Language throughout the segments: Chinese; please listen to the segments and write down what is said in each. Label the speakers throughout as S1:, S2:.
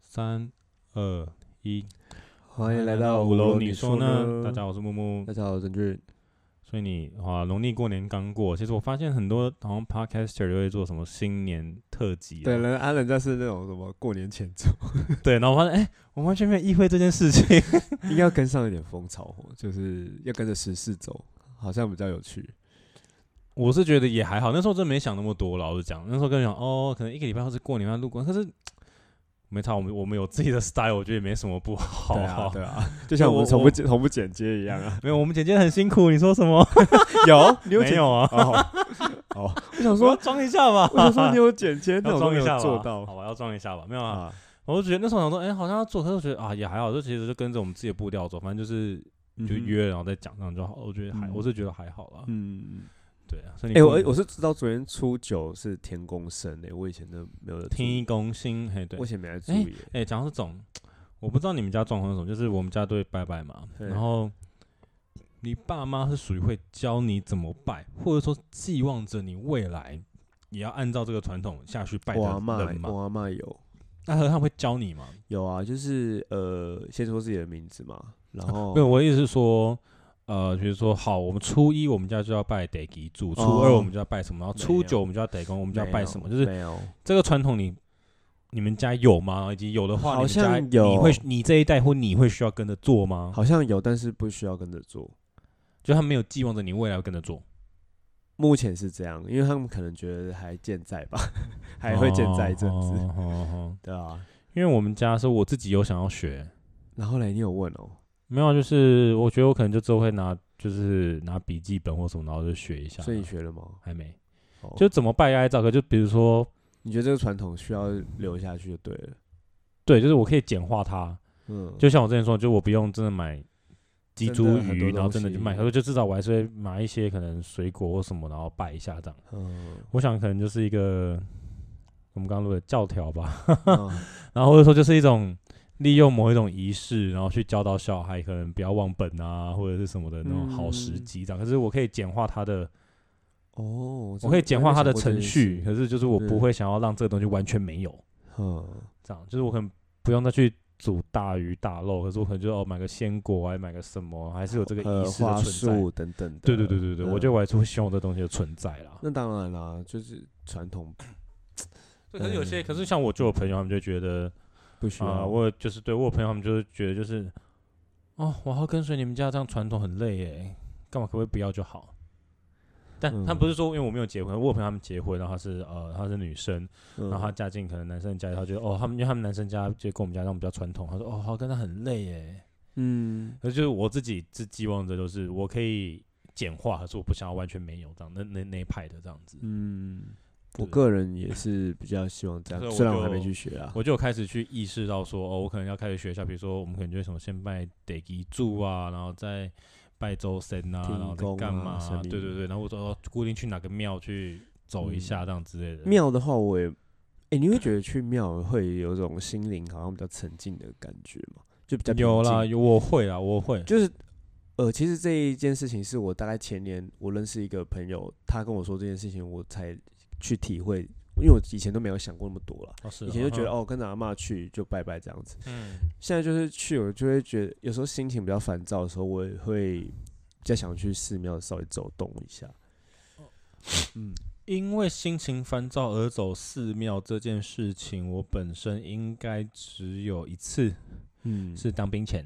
S1: 三二一，
S2: 欢迎来到
S1: 五楼，
S2: 你
S1: 你
S2: 说
S1: 呢？大家好，我是木木
S2: 大。家好，我是郑俊。
S1: 所以你啊，农历过年刚过，其实我发现很多好像 podcaster 都会做什么新年特辑啊，
S2: 对，人安人家是那种什么过年前 奏，
S1: 对，然后我发现哎、我完全没有意会这件事情。
S2: 应该要跟上一点风潮哦，就是要跟着时事走，好像比较有趣。
S1: 我是觉得也还好，那时候真没想那么多，老实讲，那时候跟你讲哦，可能一个礼拜或是过年要录光，可是没差，我们我们有自己的 style，我觉得也没什么不好。
S2: 对啊，对 啊，就像我们
S1: 我
S2: 从
S1: 我
S2: 不剪从不剪接一样 啊。
S1: 没有，我们剪接很辛苦，你说什么？
S2: 有，你有
S1: 没
S2: 剪？
S1: 有啊？
S2: 哦，哦，我想
S1: 我要
S2: 说，
S1: 装一下吧。
S2: 我想说你有剪接，但
S1: 要
S2: 我都
S1: 装
S2: 没
S1: 一下
S2: 有
S1: 吧，
S2: 做到
S1: 好吧，要装一下吧，没有啊。
S2: 啊。
S1: 我就觉得那时候想说，哎、好像要做，可是我觉得啊也还好，就其实就跟着我们自己的步调走，反正就是就
S2: 嗯哼，
S1: 约，然后再讲这样就好。我觉得还，
S2: 嗯
S1: 我是觉得还好啦。
S2: 嗯，
S1: 对啊，所以你
S2: 哎，我
S1: 听
S2: 我是知道昨天初九是天公生诶，我以前都没有
S1: 听一公心，嘿，对
S2: 我以，前没来注
S1: 哎
S2: 意欸。
S1: 哎、讲到这种，我不知道你们家状况是什么，就是我们家都会拜拜嘛，
S2: 对
S1: 然后你爸妈是属于会教你怎么拜，或者说寄望着你未来也要按照这个传统下去拜的
S2: 我阿妈，
S1: 人嘛。
S2: 我阿妈有。
S1: 那和他们会教你吗？
S2: 有啊，就是呃，先说自己的名字嘛， 然后
S1: 没有，我的意思是说。呃，比如说，好，我们初一我们家就要拜得吉柱，初
S2: 哦
S1: 二我们就要拜什么，然后
S2: 没
S1: 初
S2: 有
S1: 九我们就要得公，我
S2: 我
S1: 们就要拜什么，就是
S2: 没有，
S1: 这个传统你你们家有吗？以及有的话，你
S2: 好
S1: 们家
S2: 像有
S1: 你会你这一代或你会需要跟着做吗？
S2: 好像有，但是不需要跟着做。
S1: 就他们没有寄望着你未来要跟着做，
S2: 目前是这样，因为他们可能觉得还健在吧， 还会健在一阵子，
S1: 哦哦哦哦
S2: 对啊。
S1: 因为我们家是我自己有想要学，
S2: 然后嘞，你有问哦，
S1: 没有啊，就是我觉得我可能就之后会拿，就是拿笔记本或什么，然后就学一下。
S2: 所以你学了吗？
S1: 还没，
S2: 哦
S1: 就怎么拜哀照可就比如说，
S2: 你觉得这个传统需要留下去就对了，
S1: 对，就是我可以简化它，
S2: 嗯，
S1: 就像 我之前说，就我不用真的买鸡、
S2: 真的
S1: 猪、
S2: 很多
S1: 鱼，然后真的去
S2: 东西
S1: 卖，可是就至少我还是会买一些可能水果或什么，然后拜一下这样。
S2: 嗯，
S1: 我想可能就是一个我们刚刚录的教条吧，
S2: 嗯
S1: 然后或者说就是一种利用某一种仪式，然后去教导小孩可能不要忘本啊，或者是什么的那种好时
S2: 嗯
S1: 机这样。可是我可以简化它的，
S2: 哦，
S1: 我可以简化它
S2: 他
S1: 的程序，可是就是我
S2: 嗯
S1: 不会想要让这个东西完全没有，
S2: 嗯，
S1: 这样就是我可能不用再去。煮大鱼大肉，可是我可能就哦买个鲜果，还买个什么，还是有这个
S2: 呃
S1: 仪式
S2: 花
S1: 的存在。
S2: 束等等的，
S1: 对对对对对，我觉
S2: 嗯
S1: 得我还是会希望这东西的存在啦。
S2: 那当然啦，就是传统
S1: 对，可是有些，
S2: 嗯
S1: 可是像我就有朋友，他们就觉得
S2: 不需
S1: 啊、
S2: 要，
S1: 我就是对我有朋友他们就是觉得就是，哦，我要跟随你们家这样传统很累耶，干嘛可不可以不要就好？但他
S2: 嗯
S1: 不是说，因为我没有结婚，我有朋友他们结婚，然后她是呃她是女生，
S2: 嗯
S1: 然后她嫁进可能男生的家里，她觉得哦他们因为他们男生家就跟我们家那种比较传统，她说哦好跟他很累耶，
S2: 嗯，
S1: 可是就是我自己自寄望着就是我可以简化，可是我不想要完全没有这样那那那一派的这样子，
S2: 嗯，
S1: 对
S2: 我个人也是比较希望
S1: 所
S2: 这
S1: 以
S2: 样，
S1: 我
S2: 虽然我还
S1: 就
S2: 没去学啊。
S1: 我就有开始去意识到说，哦，我可能要开始学一下，比如说我们可能就会什么先拜得吉柱啊，然后再拜周神啊，
S2: 天
S1: 然后再干嘛、
S2: 公啊神
S1: 对
S2: 明
S1: 对对，然后我说、哦、固定去哪个庙去走一下这样之类的。
S2: 嗯庙的话，我也，哎、你会觉得去庙会有种心灵好像比较沉静的感觉吗？就比较平
S1: 有啦，
S2: 静，
S1: 有我会啦，我会。
S2: 就是呃，其实这一件事情是我大概前年我认识一个朋友，他跟我说这件事情，我才去体会，因为我以前都没有想过那么多啦。
S1: 哦是
S2: 以前就觉得
S1: 哦，
S2: 哦，跟着阿嬷去就拜拜这样子。
S1: 嗯，
S2: 现在就是去，我就会觉得有时候心情比较烦躁的时候，我也会比较想去寺庙稍微走动一下。 嗯，
S1: 因为心情烦躁而走寺庙这件事情，我本身应该只有一次
S2: 嗯，
S1: 是当兵前，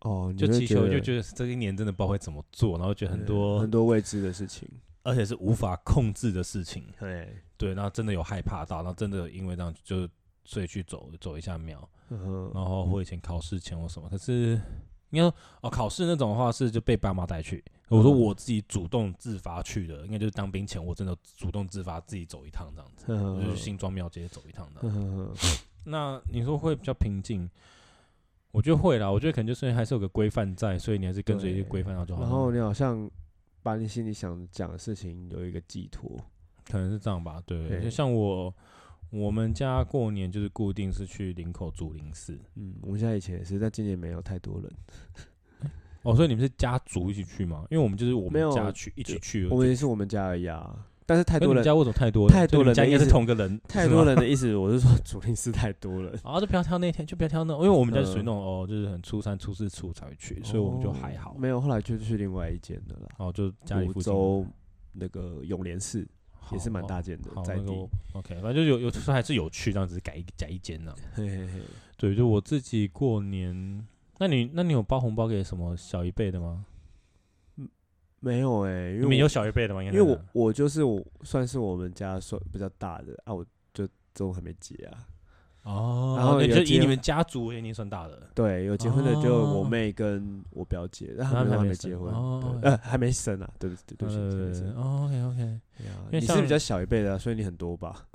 S2: 哦，你
S1: 就
S2: 会
S1: 其实我就
S2: 得
S1: 觉得这一年真的不知道会怎么做，然后觉得很
S2: 对
S1: 多
S2: 很多未知的事情，
S1: 而且是无法控制的事情。
S2: 对，
S1: 对，然后真的有害怕到，然后真的有因为这样就所以去走走一下庙，
S2: 嗯，
S1: 然后或以前考试前或什么，可是应该说哦，考试那种的话是就被爸妈带去，我说
S2: 嗯
S1: 我自己主动自发去的，应该就是当兵前我真的主动自发自己走一趟这样子，我就去新庄庙街走一趟这样。
S2: 嗯，
S1: 那你说会比较平静？我觉得会啦，我觉得可能就是还是有个规范在，所以你还是跟随一个
S2: 对
S1: 规范，然后就好
S2: 然
S1: 像。
S2: 后你好像把你心里想讲的事情有一个寄托，
S1: 可能是这样吧，对，
S2: 对
S1: 就像我我们家过年就是固定是去林口祖灵寺，
S2: 嗯，我们现在以前也是，但今年没有太多人，
S1: 哦，所以你们是家族一起去吗？因为我们就是我
S2: 没
S1: 们
S2: 有
S1: 家去一起去而已，
S2: 我们也是我们家而已啊，但是太
S1: 可是
S2: 多
S1: 你
S2: 人
S1: 们家为什么太多人？
S2: 太多
S1: 所以你们
S2: 人
S1: 家
S2: 的
S1: 应该
S2: 意
S1: 是
S2: 思
S1: 同个人，
S2: 太
S1: 是
S2: 多
S1: 吗。
S2: 人的意思，我是说 主力是太多了。
S1: 啊，就不要挑那天，就不要挑那，因为我们家就属于那
S2: 嗯
S1: 种、哦，就是很初三、初四、初五才会去，所以我们就还好
S2: 哦。没有，后来就去另外一间的啦，
S1: 哦，就家里
S2: 泸
S1: 附近
S2: 州那个永联寺
S1: 好
S2: 也是蛮
S1: 哦
S2: 大间的
S1: 好，
S2: 在
S1: 那个
S2: 地
S1: 我。OK，反正就有有时候还是有去，这样子改一改一间呢、
S2: 嘿嘿嘿，
S1: 对，就我自己过年，那你那你有包红包给什么小一辈的吗？
S2: 没有哎，
S1: 你
S2: 因为
S1: 们
S2: 我
S1: 有小一辈的吗？应该
S2: 因为我
S1: 是
S2: 我就是我算是我们家算比较大的啊，我就都还没结啊。
S1: 哦，
S2: 然后
S1: 那
S2: 有
S1: 就
S2: 结
S1: 以你们家族为已经算大的了，
S2: 对，有结婚的就
S1: 哦
S2: 我妹跟我表姐，但
S1: 他
S2: 他
S1: 们还没
S2: 们都还没
S1: 生
S2: 结婚，
S1: 哦
S2: 对呃，还没生啊，对不对？对不起，还没
S1: 对
S2: 生。
S1: 哦，OK OK，
S2: 对啊
S1: 因为
S2: 你
S1: 像
S2: 是比较小一辈的啊，所以你很多吧？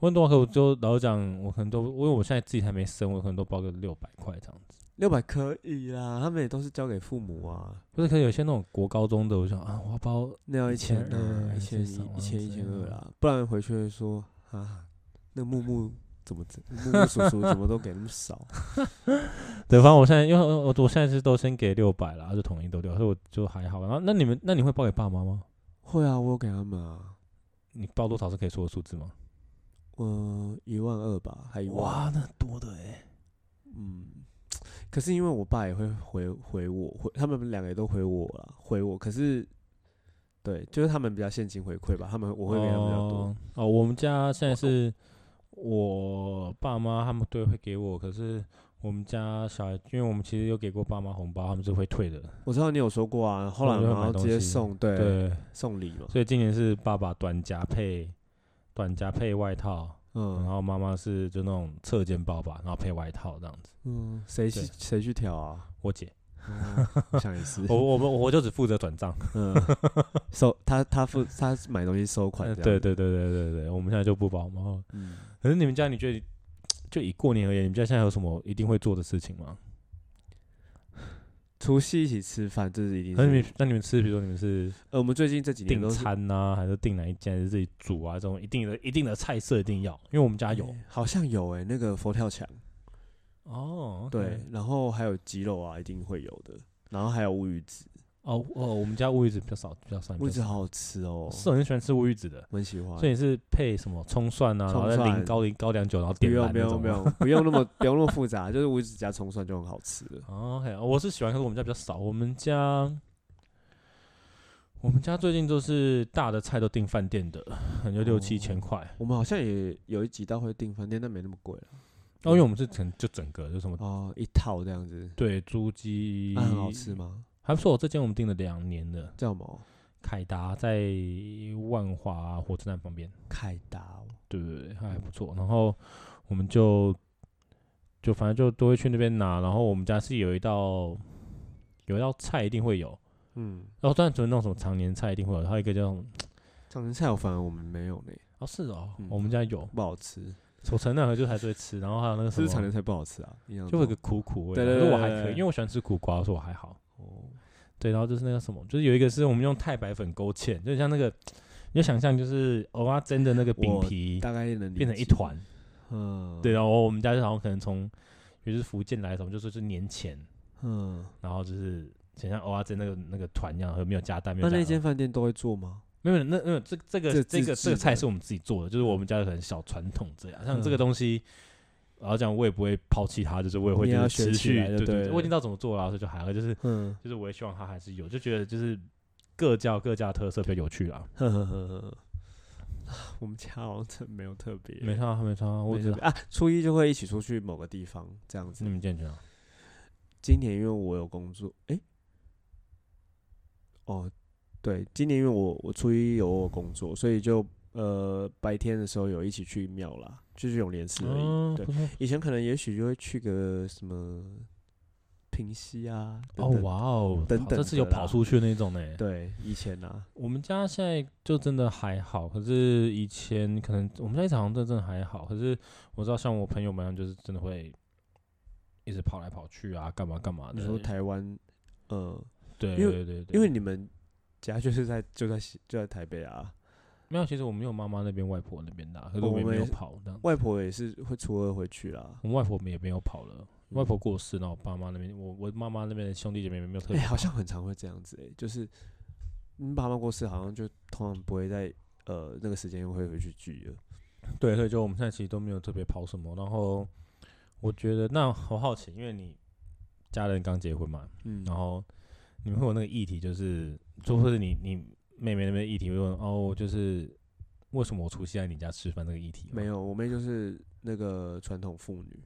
S1: 温多可我就老实讲，我可能都因为我现在自己还没生，我可能都包个六百块这样子。
S2: 六百可以啦，他们也都是交给父母啊，
S1: 不是，可能有些那种国高中的，我就想啊，我要包
S2: 那要一千
S1: 1200
S2: 二、一千
S1: 还是
S2: 一
S1: 什么、
S2: 一千一
S1: 之
S2: 千
S1: 类
S2: 二
S1: 的
S2: 啦，不然回去会说啊，那木木怎么这木木叔叔怎么都给那么少？
S1: 对，反正我现在因为我我我现在是都先给六百啦，就统一都掉，所以我就还好。然后那你们那你会报给爸妈吗？
S2: 会啊，我有给他们啊，
S1: 你报多少是可以说的数字吗？
S2: 嗯，一万二吧，还一万，
S1: 哇，那很多的哎、
S2: 嗯。可是因为我爸也会回回我，回他们两个也都回我了，回我。可是，对，就是他们比较现金回馈吧，他们我会给他们比较多。
S1: 哦。哦，我们家现在是我爸妈他们对会给我，可是我们家小孩，因为我们其实有给过爸妈红包，他们是会退的。
S2: 我知道你有说过啊，后
S1: 哦我
S2: 来
S1: 就会
S2: 然
S1: 买
S2: 后
S1: 东
S2: 直接
S1: 西
S2: 送，对，
S1: 对，
S2: 送礼嘛，
S1: 所以今年是爸爸短夹配短夹配外套，然
S2: 嗯
S1: 后妈妈是就那种侧肩包吧，然后配外套这样子。
S2: 嗯，谁去
S1: 对
S2: 谁去 调啊？
S1: 我 姐，，
S2: 哦我想也是
S1: 我我们我就只负责转 账。
S2: 嗯，收他他付他买东西收款
S1: 呃
S2: 这样，
S1: 对，对对对对对，我们现在就不包红包。
S2: 嗯，
S1: 可是你们家，你觉得就以过年而言，你们家现在有什么一定会做的事情吗？
S2: 除夕一起吃饭这是一定
S1: 那你们
S2: 是，
S1: 那你们吃，比如说你们是
S2: 呃，我们最近这几年
S1: 订
S2: 都是
S1: 餐呐、还是订哪一间，还是自己煮啊？这种一定的一定的菜色一定要，因为我们家有
S2: 哎好像有哎，那个佛跳墙，
S1: 哦，
S2: 对，然后还有鸡肉啊，一定会有的，然后还有乌鱼子，
S1: 哦哦，我们家乌鱼子比较少，比较少，
S2: 乌
S1: 比较
S2: 鱼子
S1: 少
S2: 好好吃哦
S1: 我，是很喜欢吃乌鱼子的，
S2: 蛮喜欢
S1: 所。以是配什么葱蒜啊，然后再
S2: 葱蒜
S1: 淋高粱高粱酒，然后
S2: 不
S1: 点
S2: 用
S1: 燃
S2: 不
S1: 那
S2: 用
S1: 种
S2: 不
S1: 吗。
S2: 用不用 那么不用那么复杂，就是乌鱼子加葱蒜就很好吃了。
S1: 哦 OK，我是喜欢，可是我们家比较少。我们家，我们家最近都是大的菜都订饭店的，可
S2: 哦
S1: 能就六七千块。
S2: 我们好像也有一集到会订饭店，但没那么贵了
S1: 哦，因为我们是整就整个就什么
S2: 哦，一套这样子。
S1: 对猪鸡，
S2: 那很好吃，吗？
S1: 还不错。这间我们订了两年了，
S2: 叫什么？
S1: 凯达在万华火车站旁边，
S2: 凯达哦，
S1: 对对对，还不错。然后我们就就反正就都会去那边拿，然后我们家是有一道有一道菜一定会有，
S2: 嗯，
S1: 然后当然除了那种什么常年菜一定会有，还有一个叫什么
S2: 长城菜我反而我们没有呢，
S1: 哦是哦，
S2: 嗯
S1: 我们家有，
S2: 不好吃。
S1: 我承认就还是会吃，然后还有那个
S2: 是
S1: 什
S2: 不是长
S1: 么
S2: 城菜不好吃啊？印象
S1: 就会有
S2: 中
S1: 个苦苦味，啊
S2: 对对对
S1: 可是我还可
S2: 对
S1: 以，
S2: 对
S1: 因为我喜欢吃苦瓜，所以我还好。
S2: 哦，
S1: 对，然后就是那个什么，就是有一个是我们用太白粉勾芡，就像那个，你就想象就是偶尔蒸的那个饼
S2: 我
S1: 皮
S2: 大概能理
S1: 变成一
S2: 解，
S1: 团，
S2: 嗯，
S1: 对，，然后我们家就好像可能从，也就是福建来什么，就是是年前，
S2: 嗯，
S1: 然后就是想像偶尔蒸那个那个团一样，没有加蛋，没有
S2: 那
S1: 加
S2: 那间饭店都会做吗？
S1: 没有那没有这这个
S2: 这
S1: 这个
S2: 自制
S1: 这个菜
S2: 的
S1: 是我们自己做的，就是我们家的可能小传统这样，像这个
S2: 嗯
S1: 东西。然后讲我也不会抛弃它，就是我也会
S2: 你
S1: 就
S2: 要
S1: 是持
S2: 学起
S1: 续，
S2: 来就
S1: 对
S2: 对
S1: 对，
S2: 了
S1: 我已经知道怎么做了，所以就还好，就是
S2: 嗯，
S1: 就是我也希望它还是有，就觉得就是各家有各家的特色比较有趣啦。
S2: 呵呵呵呵呵。 我们家好像真没有特别，
S1: 没差，没差，我
S2: 没
S1: 只
S2: 特别啊。初一就会一起出去某个地方这样子
S1: 你。们健全啊。
S2: 今年因为我有工作，诶，哦，对，今年因为我我初一有我工作，所以就呃白天的时候有一起去庙啦，就是永联寺而已。
S1: 嗯，
S2: 对
S1: 不，错
S2: 以前可能也许就会去个什么平溪啊，
S1: 哦
S2: 等等
S1: 哇哦，
S2: 等
S1: 跑
S2: 等
S1: 这次有
S2: 的啦
S1: 跑出去那种呢。
S2: 对，以前啊，
S1: 我们家现在就真的还好，可是以前可能我们家一直好像真的还好，可是我知道像我朋友们他们就是真的会一直跑来跑去啊，干嘛干嘛
S2: 你
S1: 的。
S2: 说台湾，呃，
S1: 对
S2: 因为
S1: 对对对，
S2: 因为你们家就是在就在西就在台北啊，
S1: 没有，其实我没有妈妈那边、外婆那边的啊，可是
S2: 哦
S1: 我们
S2: 我
S1: 也没
S2: 们
S1: 有
S2: 也是
S1: 跑这样。
S2: 外婆也是会初二回去啦。
S1: 我们外婆也没有跑了，外
S2: 嗯
S1: 婆过世，然后我爸妈那边，我我妈妈那边的兄弟姐妹没有特
S2: 哎、
S1: 别跑。
S2: 好像很常会这样子哎、就是你爸妈过世，好像就通常不会在呃那个时间会回去聚了。
S1: 对，所以就我们现在其实都没有特别跑什么。然后我觉得，那我好奇，因为你家人刚结婚嘛，
S2: 嗯
S1: 然后你们会有那个议题，就是就或者你你妹妹那边的议题会问哦，就是为什么我出现在你家吃饭这个议题吗
S2: 没，有，我妹就是那个传统妇女，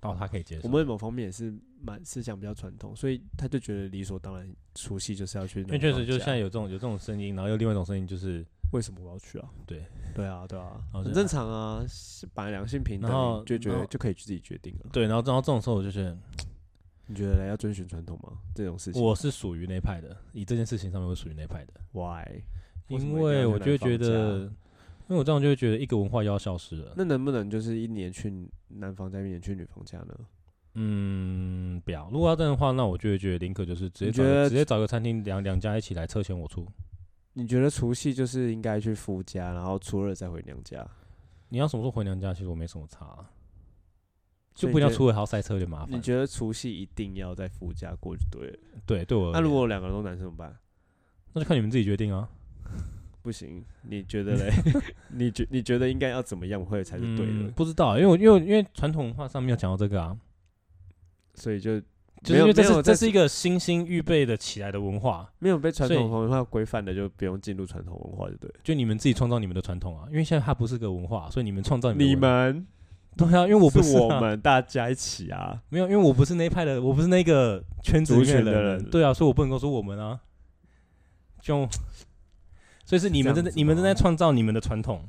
S1: 到她可以接受。
S2: 我们某方面也是蛮思想比较传统，所以她就觉得理所当然，除夕就是要去那
S1: 因
S2: 种
S1: 为
S2: 放
S1: 确实，
S2: 假。
S1: 就是现在有这种有这种声音，然后又另外一种声音就是，
S2: 为什么我要去啊？
S1: 对，
S2: 对啊，对啊，
S1: 后就
S2: 很正常啊，是本来良性平
S1: 然后
S2: 等，就觉
S1: 然
S2: 得
S1: 后
S2: 就可以自己决定了。
S1: 对，然后然后这种时候我就觉得
S2: 你觉得要遵循传统吗？这种事情
S1: 我是属于那派的，以这件事情上面我是属于那派的，
S2: ，Why？为什
S1: 因
S2: 么一定
S1: 为
S2: 要
S1: 我
S2: 去
S1: 就觉
S2: 南方家
S1: 得，因为我这样就会觉得一个文化又要消失了。
S2: 那能不能就是一年去男方家，一年去女方家呢？
S1: 嗯，不要。如果要这样的话，那我就会觉得宁可就是直接
S2: 你
S1: 找
S2: 觉
S1: 个
S2: 得
S1: 直接找个餐厅，两两家一起来，车钱我出。
S2: 你觉得除夕就是应该去夫家，然后初二再回娘家？
S1: 你要什么时候回娘家，其实我没什么差啊、就
S2: 所以
S1: 不一定要
S2: 你觉
S1: 出来还要塞车，有点麻
S2: 你
S1: 烦。
S2: 觉得除夕一定要在夫家过就对了。
S1: 对，对我而
S2: 那、
S1: 言
S2: 如果两个人都男生怎么办？
S1: 那就看你们自己决定啊。
S2: 不行，你觉
S1: 嗯
S2: 得嘞？ 你觉你觉得应该要怎么样会才是对的？
S1: 嗯不知道，因为我因为我因为传统文化上面有讲到这个啊，
S2: 所以就
S1: 就是
S2: 没有
S1: 因为这
S2: 没有
S1: 是
S2: 在
S1: 这是一个新兴预备的起来的文化，
S2: 没有被传
S1: 所以
S2: 统文化规范的，就不用进入传统文化就对了。
S1: 就你们自己创造你们的传统啊。因为现在它不是个文化，所以你们创造
S2: 你
S1: 们的文
S2: 们
S1: 对啊，因 为我不
S2: 是
S1: 啊
S2: 我们大家一起啊，
S1: 没有，因为我不是那一派的，我不是那个圈子里面
S2: 族群的
S1: 人，
S2: 人
S1: 对啊，所以我不能够说我们啊，就，所以是你们正在
S2: 这样子吗啊
S1: 你们正在创造你们的传统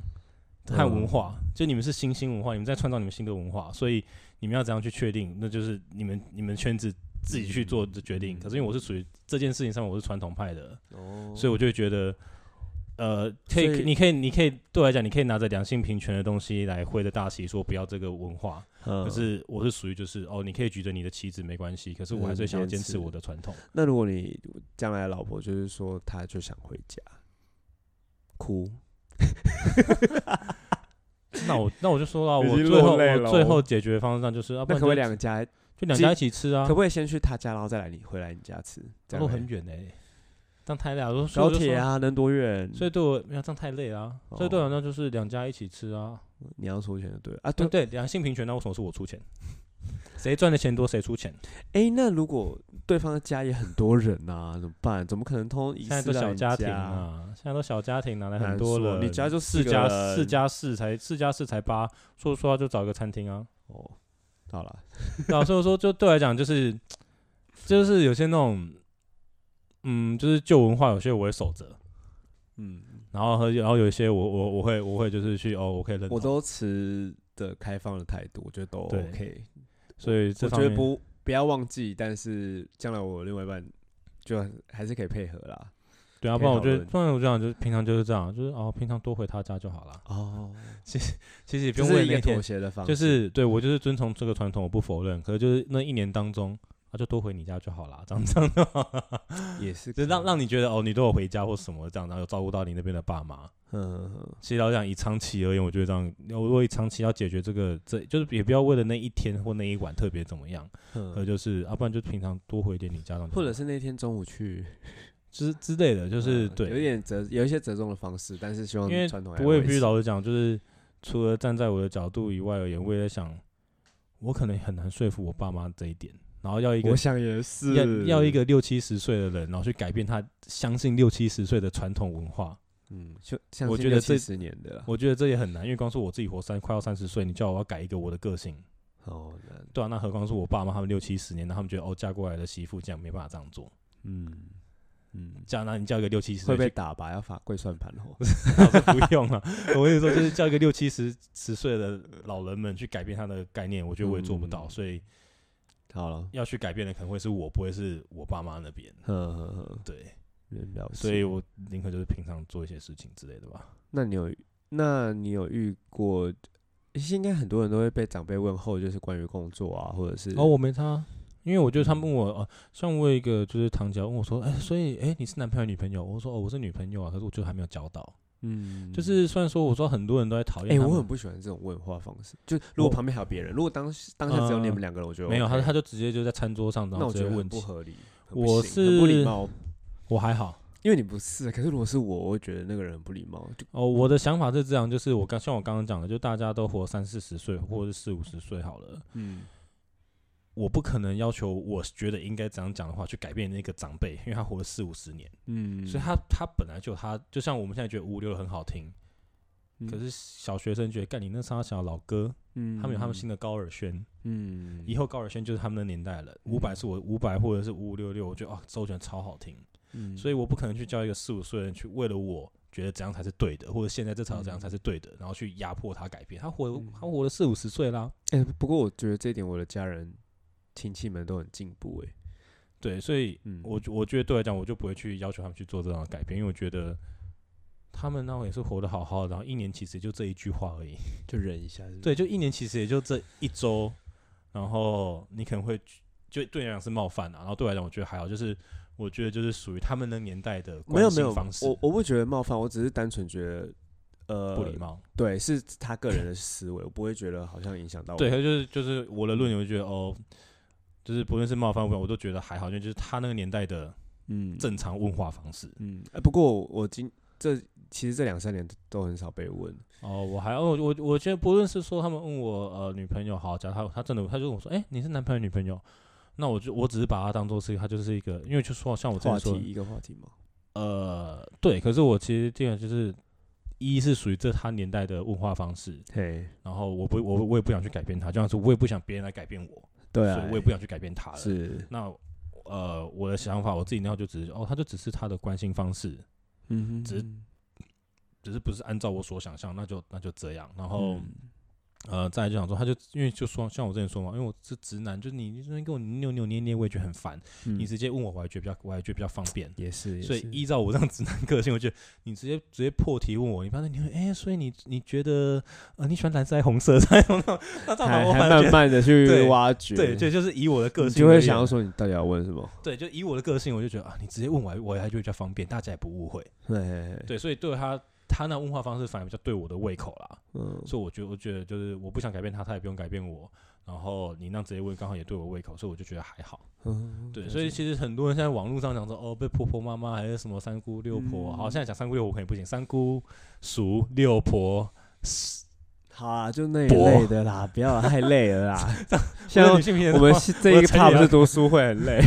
S1: 和
S2: 嗯
S1: 文化，就你们是新兴文化，你们在创造你们新的文化，所以你们要怎样去确定，那就是你们你们圈子自己去做的决定。
S2: 嗯
S1: 可是因为我是属于这件事情上面我是传统派的，
S2: 哦
S1: 所以我就会觉得。呃，可
S2: 所
S1: 以，
S2: 以
S1: 你可以，你可以对我来讲，你可以拿着两性平权的东西来挥着大旗，说不要这个文化。
S2: 嗯
S1: 可是我是属于就是哦，你可以举着你的旗子没关系，可是我还是想要坚持我的传统。
S2: 那如果你将来的老婆就是说她就想回家，哭，
S1: 那我那我就说了，
S2: 已
S1: 我
S2: 经
S1: 最后
S2: 落泪了
S1: 我最后解决方向就是，啊要不
S2: 那可
S1: 然就
S2: 不可以两家？
S1: 就两家一起吃啊
S2: 可不，可以先去她家，然后再来你回来你家吃？这
S1: 路
S2: 样
S1: 哦很
S2: 嘞
S1: 远哎，这样太累了。我说
S2: 高铁，啊，能多远？
S1: 所以我就说所以对我没有这样太累啊，
S2: 哦
S1: 所以对我来讲就是两家一起吃啊。
S2: 你要出钱就对了啊。
S1: 对
S2: 对，
S1: 对，两性平权，那为什么是我出 钱？谁赚的钱多谁出钱？
S2: 哎，那如果对方的家也很多人呐，怎么办？怎么可能通一
S1: 现在
S2: 次
S1: 都
S2: 到
S1: 小
S2: 你
S1: 家庭？啊，现在都小家庭，哪来很
S2: 难
S1: 多
S2: 说
S1: 了？
S2: 你家就
S1: 四
S2: 个
S1: 加
S2: 人
S1: 四加四才四加四才八，所以说要就找一个餐厅啊。
S2: 哦，好了，
S1: 对啊，所以我说，就对我来讲，就是就是有些那种，嗯，就是旧文化，有些我会守着，
S2: 嗯，
S1: 然后和然后有一些我我我会我会就是去哦，我可以认同，
S2: 我都持的开放的态度，我觉得都
S1: 对
S2: OK。
S1: 所以这
S2: 我
S1: 方
S2: 觉
S1: 面
S2: 得不不要忘记，但是将来我另外一半就还是可以配合啦。
S1: 对啊，
S2: 可
S1: 不
S2: 以
S1: 然我
S2: 讨
S1: 觉得
S2: 论
S1: 不然我这样就是平常就是这样，就是哦，平常多回他家就好了，
S2: 哦，
S1: 其实也不
S2: 这
S1: 用为
S2: 是一
S1: 那
S2: 个妥
S1: 天，
S2: 协的方式，
S1: 就是对我就是遵从这个传统，我不否认，可是就是那一年当中。他、就多回你家就好啦，这样这样的话，
S2: 也是
S1: 就让让
S2: 你
S1: 你觉得哦，你都有回家或什么这样，然后有照顾到你那边的爸妈，
S2: 嗯，
S1: 其实老实讲以长期而言，我觉得这样，我如果以长期要解决这个，这就是也不要为了那一天或那一晚特别怎么样，
S2: 嗯
S1: 呃，就是要、啊、不然就平常多回一点你家长，
S2: 或者是那天中午去，
S1: 之之类的，就是、
S2: 嗯
S1: 对，
S2: 有点折，有一些折中的方式，但是希望
S1: 因为
S2: 传统还
S1: 不过也
S2: 维
S1: 必须
S2: 持
S1: 老实讲，就是除了站在我的角度以外而言，我也在想，我可能很难说服我爸妈这一点，然后要一个
S2: 我想也是
S1: 要要一，个六七十岁的人，然后去改变他相信六七十岁的传统文化，
S2: 嗯，就像
S1: 我觉得这
S2: 十年的啦，
S1: 我觉得这也很难，因为光是我自己活三快要三十岁，你叫我要改一个我的个性。
S2: 哦，那
S1: 对啊，那何况是我爸妈他们六七十年，那他们觉得哦，嫁过来的媳妇这样没办法这样做，
S2: 嗯嗯，
S1: 这样那你叫一个六七十
S2: 会
S1: 岁
S2: 被
S1: 去
S2: 打吧？要罚跪算盘
S1: 倒
S2: 哦，
S1: 是不用了。 我跟你说，就是叫一个六七十十岁的老人们去改变他的概念，我觉得我也做不到，
S2: 嗯
S1: 所以
S2: 好了，
S1: 要去改变的可能会是我，不会是我爸妈那边。
S2: 呵呵呵，
S1: 对，
S2: 原谅。
S1: 所以我宁可就是平常做一些事情之类的吧。
S2: 那你有那你有遇过？其实应该很多人都会被长辈问候，就是关于工作啊，或者是
S1: 哦，我没他，
S2: 啊
S1: 因为我觉得
S2: 嗯
S1: 他们问我，哦、像我有一个就是堂姐问我说，哎、所以哎、你是男朋友女朋友？我说哦，我是女朋友啊，可是我就还没有交到。
S2: 嗯，
S1: 就是虽然说我说很多人都在讨
S2: 哎、
S1: 厌，
S2: 我很不喜欢这种问话方式。就如果
S1: 我
S2: 旁边还有别人，如果当时当下只有你
S1: 呃
S2: 们两个人，我觉得
S1: 没有，他
S2: OK
S1: 他就直接就在餐桌上，然
S2: 那
S1: 后
S2: 我
S1: 直
S2: 觉
S1: 接
S2: 得
S1: 问
S2: 很
S1: 起
S2: 不合理，很不
S1: 我
S2: 行很不
S1: 是
S2: 礼貌。
S1: 我还好，
S2: 因为你不是，可是如果是我，我会觉得那个人很不礼貌。就
S1: 哦，我的想法是这样，就是我刚像我刚刚讲的，就大家都活三四十岁或者是四五十岁好了，
S2: 嗯，
S1: 我不可能要求我觉得应该怎样讲的话去改变那个长辈，因为他活了四五十年，
S2: 嗯，
S1: 所以他他本来就他就像我们现在觉得五五六很好听，
S2: 嗯
S1: 可是小学生觉得干你那傻小老哥，
S2: 嗯，
S1: 他们有他们新的高尔宣，
S2: 嗯，
S1: 以后高尔宣就是他们的年代了，五百是我五百或者是五五六六，我觉得哦周杰伦超好听，
S2: 嗯，
S1: 所以我不可能去叫一个四五岁的人去为了我觉得怎样才是对的，或者现在这潮怎样才是对的，然后去压迫他改变。他活
S2: 嗯
S1: 他活了四五十岁啦，
S2: 哎、不过我觉得这一点，我的家人亲戚们都很进步、哎，
S1: 对，所以
S2: 嗯，
S1: 我我觉得对我来讲，我就不会去要求他们去做这样的改变，因为我觉得他们那会也是活得好好的，然后一年其实就这一句话而已，
S2: 就忍一下是不是，
S1: 对，就一年其实也就这一周，然后你可能会就对你来讲是冒犯啊，然后对我来讲我觉得还好，就是我觉得就是属于他们那年代的
S2: 没有
S1: 关
S2: 没
S1: 心
S2: 有，
S1: 方式，
S2: 我我不觉得冒犯，我只是单纯觉得，呃，
S1: 不礼貌。
S2: 对，是他个人的思维，我不会觉得好像影响到我。
S1: 对，他就是就是我的论点，我就觉得哦，就是不论是冒犯不，我都觉得还好，因为就是他那个年代的
S2: 嗯，
S1: 正常问话方式。
S2: 嗯，哎、不过我今这其实这两三年都都很少被问，
S1: 哦，我还哦，我我觉得不论是说他们问我呃女朋友好，假如他他真的他就问我说，哎、你是男朋友女朋友？那我就我只是把它当做是他就是一个，因为就说像我之
S2: 话
S1: 前
S2: 题
S1: 说，
S2: 一个话题嘛。
S1: 呃，对，可是我其实这个就是一是属于这他年代的问话方式，
S2: 嘿，
S1: 然后我不我我也不想去改变他，就像是我也不想别人来改变我，
S2: 对啊，
S1: 所以我也不想去改变他了。
S2: 是，
S1: 那呃，我的想法，我自己那样就只是哦，他就只是他的关心方式，
S2: 嗯哼，
S1: 只只是不是按照我所想象，那就那就这样。然后、
S2: 嗯
S1: 呃，再来就想说，他就因为就说像我之前说嘛，因为我是直男，就是你这边跟我扭扭捏捏，我也觉得很烦。
S2: 嗯
S1: 你直接问我，我还觉得比较，我还觉得比较方便。
S2: 也是，也
S1: 所以
S2: 是
S1: 依照我这样直男个性，我觉得你直接直接破题问我，你发现你会哎、所以你你觉得呃你喜欢蓝色还是红色？那 那这样
S2: 还
S1: 我
S2: 还
S1: 反而觉
S2: 慢
S1: 得
S2: 慢的去
S1: 对
S2: 挖掘，
S1: 对，就就是以我的个
S2: 你
S1: 性，
S2: 就会想要说你到底要问什么。
S1: 对，就以我的个性，我就觉得啊，你直接问我，我还觉得比较方便，大家也不误会。
S2: 嘿嘿嘿，
S1: 对，所以对他他那问话方式反而比较对我的胃口啦，
S2: 嗯，
S1: 所以我觉得我觉得就是我不想改变他，他也不用改变我，然后你那样直接问刚好也对我胃口，所以我就觉得还好。
S2: 嗯
S1: 对，
S2: 了
S1: 所以
S2: 解
S1: 其实很多人现在网络上讲说哦被婆婆妈妈还是什么三姑六婆，好
S2: 嗯
S1: 现在讲三姑六婆可能不行，三姑叔六婆。
S2: 好啊，就那一
S1: 薄
S2: 类的啦，不要太累了啦。 像
S1: 我的女性平
S2: 我
S1: 等
S2: 们
S1: 话
S2: 是 这一个
S1: 成语
S2: part 不
S1: 要
S2: 是读书会 很累，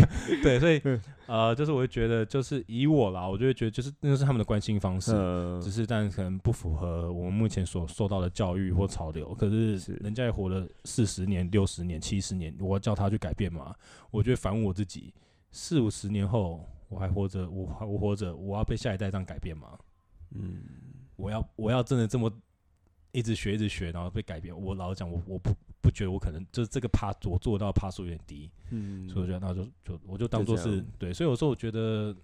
S1: 对，所以
S2: 嗯
S1: 呃，就是我会觉得，就是以我啦，我就会觉得，就是那就是他们的关心方式，
S2: 嗯
S1: 只，是但可能不符合我们目前所受到的教育或潮流。可是
S2: 是
S1: 人家也活了四十年、六十年、七十年，我要叫他去改变嘛？我觉得反问我自己，四五十年后我还活着，我还我活着，我要被下一代这样改变吗？
S2: 嗯，
S1: 我要我要真的这么一直学一直学，然后被改变？我老实讲，我我不不觉得我可能就是这个趴我做到的趴数有点低，
S2: 嗯
S1: 所以我觉得那就就我就当做
S2: 这
S1: 是
S2: 样
S1: 对，所以有时候我觉得，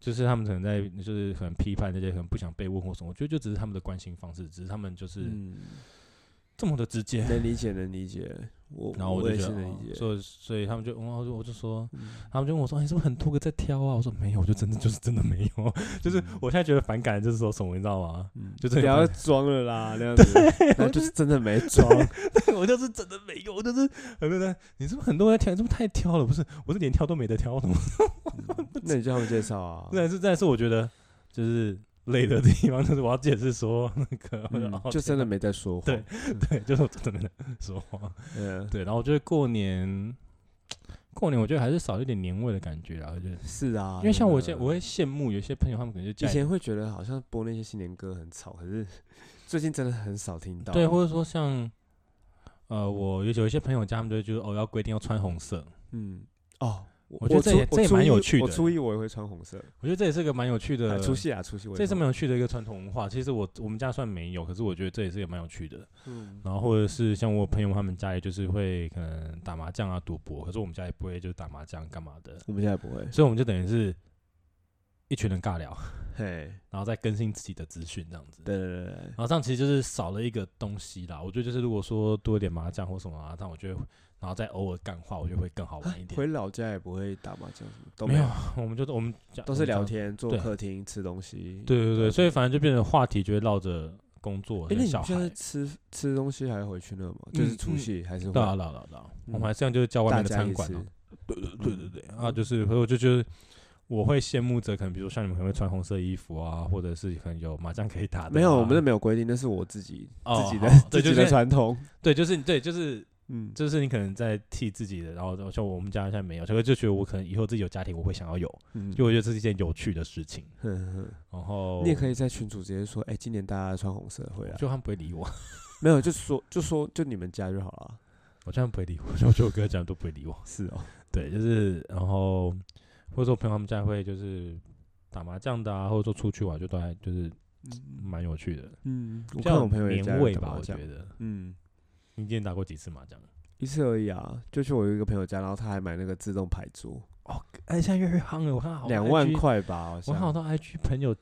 S1: 就是他们可能在就是很批判那些可能不想被问或什么，我觉得就只是他们的关心方式，只是他们就是
S2: 嗯
S1: 这么的直接。
S2: 能理解，能理解。我
S1: 然后我
S2: 我
S1: 就
S2: 也
S1: 觉
S2: 是
S1: 得，
S2: 能
S1: 哦
S2: 理解。
S1: 所以所以他们就，然后我就我就说，
S2: 嗯
S1: 他们就问我说：“哎你、是不是很多个在挑啊？”我说：“没有，我就真的就是真的没有。” 就是我现在觉得反感，就是说什么你知道吗？
S2: 嗯
S1: 就这
S2: 不
S1: 样
S2: 要装了啦，那样子，然后就是真的 没装，
S1: 我就是真的没有，我就是很多人，你是不是很多人在挑？你是不是太挑了？不是，我是连挑都没得挑的。
S2: 嗯那你叫他们介绍 啊。
S1: 但是但是我觉得就是累的地方，就是我要解释说那个，
S2: 嗯
S1: 然后
S2: 就真的没在说谎。
S1: 对对，就是我真的没说话。
S2: 嗯，
S1: 对，然后我觉得过年，过年我觉得还是少一点年味的感觉啦。我觉得，
S2: 是啊，
S1: 因为像我
S2: 真
S1: 现
S2: 的
S1: 我会羡慕有些朋友，他们可能就
S2: 以
S1: 家里
S2: 前会觉得好像播那些新年歌很吵，可 是最近真的很少听到。
S1: 对，或者说像呃，我有有一些朋友家，他们就会觉得哦，要规定要穿红色。
S2: 嗯，哦，我
S1: 我觉得这也
S2: 初
S1: 这也
S2: 初
S1: 蛮有
S2: 一
S1: 趣
S2: 我
S1: 的
S2: 初一我也会穿红色，
S1: 我觉得这也是个蛮有趣
S2: 啊
S1: 的
S2: 除夕啊，除夕我也
S1: 这是
S2: 穿
S1: 蛮有趣的一个传统文化。其实我我们家算没有，可是我觉得这也是也蛮有趣的。
S2: 嗯
S1: 然后或者是像我朋友他们家里就是会可能打麻将啊、赌博，可是我们家也不会就是打麻将干嘛的，
S2: 我们现在不会，
S1: 所以我们就等于是一群人尬聊，
S2: 嘿，
S1: 然后再更新自己的资讯这样子。
S2: 对对对对
S1: 然后这样其实就是少了一个东西啦。我觉得就是如果说多一点麻将或什么啊，这样我觉得，然后再偶尔干话，我觉得会更好玩一
S2: 对，
S1: 点。
S2: 啊回老家也不会打麻将什么，都
S1: 没
S2: 有啊
S1: 有，，我们就我们讲
S2: 都是聊。天、坐
S1: 对
S2: 客厅、吃东西。
S1: 我们讲对对对，所以
S2: 哎，
S1: 反正就变成话题就会绕着工作、
S2: 那
S1: 跟
S2: 你
S1: 小
S2: 们
S1: 孩
S2: 现。在吃吃东西还会回去那吗？就是
S1: 嗯
S2: 除
S1: 嗯
S2: 夕还是会
S1: 对啊，对啊，对啊，对啊我
S2: 嗯
S1: 们还是这样，就是叫外
S2: 大
S1: 面的
S2: 家
S1: 餐
S2: 一起
S1: 馆啊
S2: 吃？
S1: 对对对对对啊，就是所以我就觉得，我会羡慕着，可能比如像你们可能会穿红色衣服啊，或者是可能有麻将可以打的啊、
S2: 没有，我们那没有规定，那是我自己
S1: 哦
S2: 自己的
S1: 好对
S2: 自己
S1: 就
S2: 的
S1: 是
S2: 传统。
S1: 对，就是对，就是
S2: 嗯，
S1: 就是你可能在替自己的，然后像我们家现在没有，所以就觉得我可能以后自己有家庭，我会想要有，
S2: 嗯
S1: 就我觉得这是一件有趣的事情。
S2: 哼哼
S1: 然后
S2: 你也可以在群主直接说，哎、今年大家穿红色回来，
S1: 就他们不会理我，
S2: 没有就说就说就你们家就好了。
S1: 我这样不会理我， 就我觉得我哥这样都不会理我。
S2: 是哦，
S1: 对，就是然后或者说朋友他们家会就是打麻将的啊，或者说出去玩，就都还就是
S2: 嗯
S1: 蛮有趣的。
S2: 嗯，我
S1: 比
S2: 看
S1: 较
S2: 我朋友也家
S1: 年
S2: 有
S1: 味
S2: 打
S1: 吧，
S2: 麻
S1: 我觉
S2: 将，
S1: 得。
S2: 嗯，
S1: 你今天打过几次麻将？
S2: 一次而已啊，就去我一个朋友家，然后他还买那个自动牌桌，
S1: 哎，现在越来越夯了，我看好
S2: 两万，块吧，好
S1: 我看好多
S2: 像，
S1: IG 朋友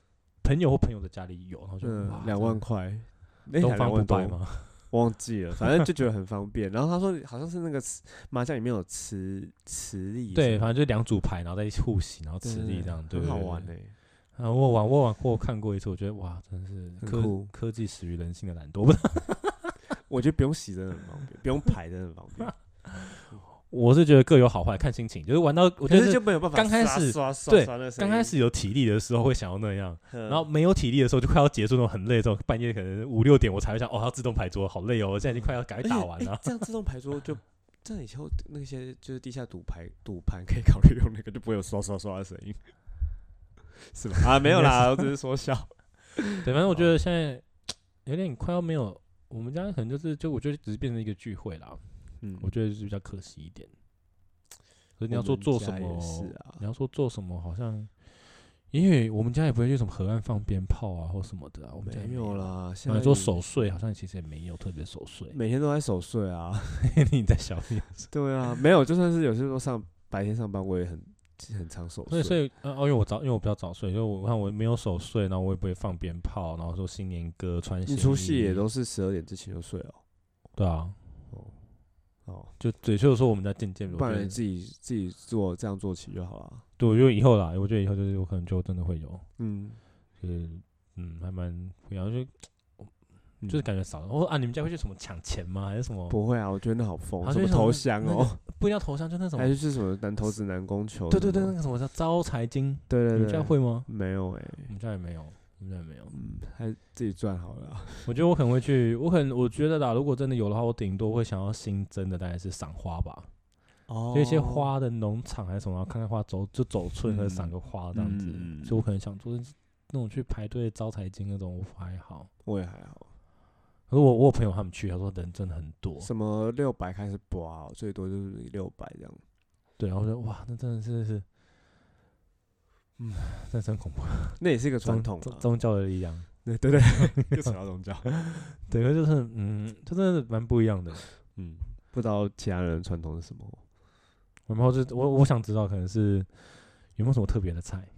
S1: 朋友或朋友的家里有，然后就哇
S2: 嗯，两万哎
S1: 真的
S2: 块，那
S1: 东方不败
S2: 吗？
S1: 吗？
S2: 忘记了，反正就觉得很方便。然后他说好像是那个磁麻将里面有磁磁力什么，
S1: 对，反正就两组牌，然后在一起互洗，然后
S2: 对
S1: 磁力这样，对，
S2: 很好
S1: 对
S2: 玩。
S1: 对
S2: 呢、
S1: 啊，我有玩我有玩过看过一次，我觉得哇，真的是
S2: 很
S1: 科
S2: 酷
S1: 科技始于人性的懒惰。不是，
S2: 我觉得不用洗真的很方便，不用排真的很方便。
S1: 我是觉得各有好坏，看心情。就是玩到我觉
S2: 可
S1: 得
S2: 是
S1: 是
S2: 就没有办法
S1: 刚开
S2: 刷
S1: 始
S2: 刷刷
S1: 对
S2: 刷那个声
S1: 刚
S2: 音嗯
S1: 开始，有体力的时候会想要那样，
S2: 然
S1: 然后没有体力的时候就快要结束那种很累的时候，半夜可能五六点我才会想哦，要自动牌桌，好累哦，我现在已经快要赶快打完啊了。
S2: 哎这样自动牌桌 就。这样以后那些就是地下赌牌赌盘可以考虑用那个，就不会有刷刷刷的声音， 是吧？啊，没 有啦，我只是说笑。
S1: 对，反正我觉得现在有点快要没有，我们家可能就是就我觉得只是变成一个聚会啦，
S2: 嗯
S1: 我觉得是比较可惜一点。可是你要说
S2: 我们
S1: 做什
S2: 家也
S1: 么，
S2: 是啊
S1: 你要说做什么，好像因为我们家也不会去什么河岸放鞭炮啊或什么的啊，我们家也
S2: 没有。啦，现
S1: 然
S2: 在
S1: 后做
S2: 你
S1: 守岁，好像其实也没有特别守岁。
S2: 每天都在守岁啊，
S1: 你在小便，
S2: 对啊，没有，就算是有些时候上白天上班，我也很很常守
S1: 所
S2: 岁。
S1: 以所以呃，哦，因为我早，因为我比较早睡，所以我看我没有守岁，然后我也不会放鞭炮，然后说新年歌穿新
S2: 你
S1: 衣。
S2: 出戏也都是十二点之前就睡哦。
S1: 对啊，
S2: 哦，哦，
S1: 就对，就是说我们家渐渐，我
S2: 不
S1: 觉
S2: 然
S1: 得
S2: 你自己自己做这样做起就好了。
S1: 对，我觉得以后啦，我觉得以后就是我可能就真的会有，
S2: 嗯，
S1: 就是嗯，还蛮不一样，就
S2: 嗯
S1: 就是感觉少了。哦啊，你们家会去什么抢钱吗？还是什么？
S2: 不会啊，我觉得那好疯，
S1: 好
S2: 什
S1: 像
S2: 么
S1: 是什么
S2: 投降
S1: 那
S2: 哦，
S1: 不一定要头像，就那种
S2: 还是是什么南投子南宫球什
S1: 对
S2: 么？
S1: 对对，那个什么叫招财经，
S2: 对
S1: 你
S2: 对
S1: 们
S2: 对
S1: 家会吗？
S2: 没有哎、
S1: 我们家也没有，我们家也没有。
S2: 嗯，还是自己赚好了啊。
S1: 我觉得我可能会去，我可能我觉得啦，如果真的有的话，我顶多会想要新增的大概是赏花吧，
S2: 哦
S1: 就一些花的农场还是什么，然后看看花走就走村和赏个花这样子。
S2: 嗯嗯嗯
S1: 所以我可能想做那种去排队招财经那种，我还好。
S2: 我也还好，
S1: 可是我我有朋友他们去，他说人真的很多，
S2: 什么六百开始刮、哦，最多就是六百这样。
S1: 对，然后我说哇，那真的是是，嗯，那真恐怖，
S2: 那也是一个传
S1: 宗
S2: 统
S1: 宗
S2: 啊，
S1: 宗教的力量，
S2: 对对对，又扯到宗教。
S1: 对，可是就是嗯，就真的蛮不一样的。
S2: 嗯，不知道其他人的传统是什么。
S1: 然后就我我想知道，可能是有没有什么特别的菜，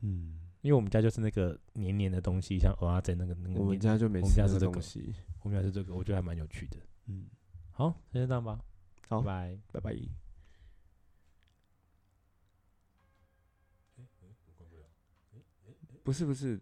S2: 嗯，
S1: 因为我们家就是那个黏黏的东西，像蚵仔煎那个那个
S2: 我们
S1: 黏
S2: 家就没
S1: 我们
S2: 吃
S1: 家是
S2: 这
S1: 这
S2: 东
S1: 个
S2: 西。
S1: 我们家是这个，我觉得还蛮有趣的。
S2: 嗯，
S1: 好，那就这样吧，
S2: 好
S1: 拜拜。
S2: 拜拜。不是不是，